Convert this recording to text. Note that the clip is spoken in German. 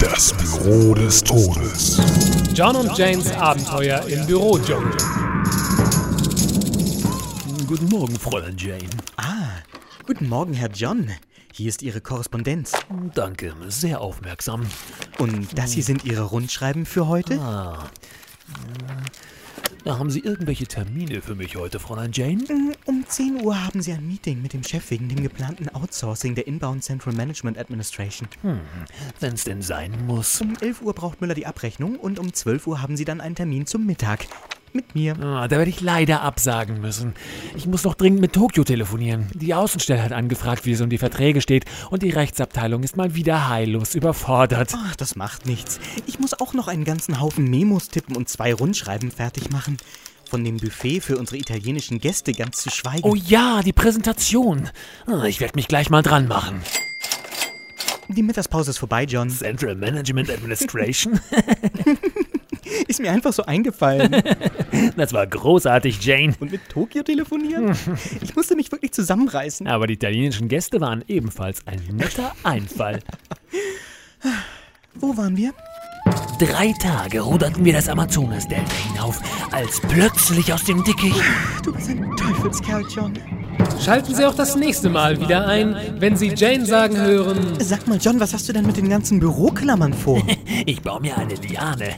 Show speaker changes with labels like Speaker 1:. Speaker 1: Das Büro des Todes.
Speaker 2: John und Janes Abenteuer im Büro, John.
Speaker 3: Guten Morgen, Fräulein Jane.
Speaker 4: Ah, guten Morgen, Herr John. Hier ist Ihre Korrespondenz.
Speaker 3: Danke, sehr aufmerksam.
Speaker 4: Und das hier sind Ihre Rundschreiben für heute?
Speaker 3: Ah. Na, haben Sie irgendwelche Termine für mich heute, Fräulein Jane?
Speaker 4: Mm, Um 10 Uhr haben Sie ein Meeting mit dem Chef wegen dem geplanten Outsourcing der Inbound Central Management Administration.
Speaker 3: Wenn es denn sein muss.
Speaker 4: Um 11 Uhr braucht Müller die Abrechnung und um 12 Uhr haben Sie dann einen Termin zum Mittag. Mit mir.
Speaker 3: Ah, da werde ich leider absagen müssen. Ich muss noch dringend mit Tokio telefonieren. Die Außenstelle hat angefragt, wie es um die Verträge steht, und die Rechtsabteilung ist mal wieder heillos überfordert.
Speaker 4: Ach, das macht nichts. Ich muss auch noch einen ganzen Haufen Memos tippen und zwei Rundschreiben fertig machen. Von dem Buffet für unsere italienischen Gäste ganz zu schweigen.
Speaker 3: Oh ja, die Präsentation. Ah, Ich werde mich gleich mal dran machen.
Speaker 4: Die Mittagspause ist vorbei, John.
Speaker 3: Central Management Administration?
Speaker 4: Ist mir einfach so eingefallen.
Speaker 3: Das war großartig, Jane.
Speaker 4: Und mit Tokio telefonieren? Ich musste mich wirklich zusammenreißen.
Speaker 3: Aber die italienischen Gäste waren ebenfalls ein netter Einfall.
Speaker 4: Wo waren wir?
Speaker 3: Drei Tage ruderten wir das Amazonas-Delta hinauf, als plötzlich aus dem Dickicht.
Speaker 4: Du bist ein Teufelskerl, John.
Speaker 2: Schalten Sie auch das nächste Mal wieder ein, wenn Sie Jane sagen hören.
Speaker 4: Sag mal, John, was hast du denn mit den ganzen Büroklammern vor?
Speaker 3: Ich baue mir eine Liane.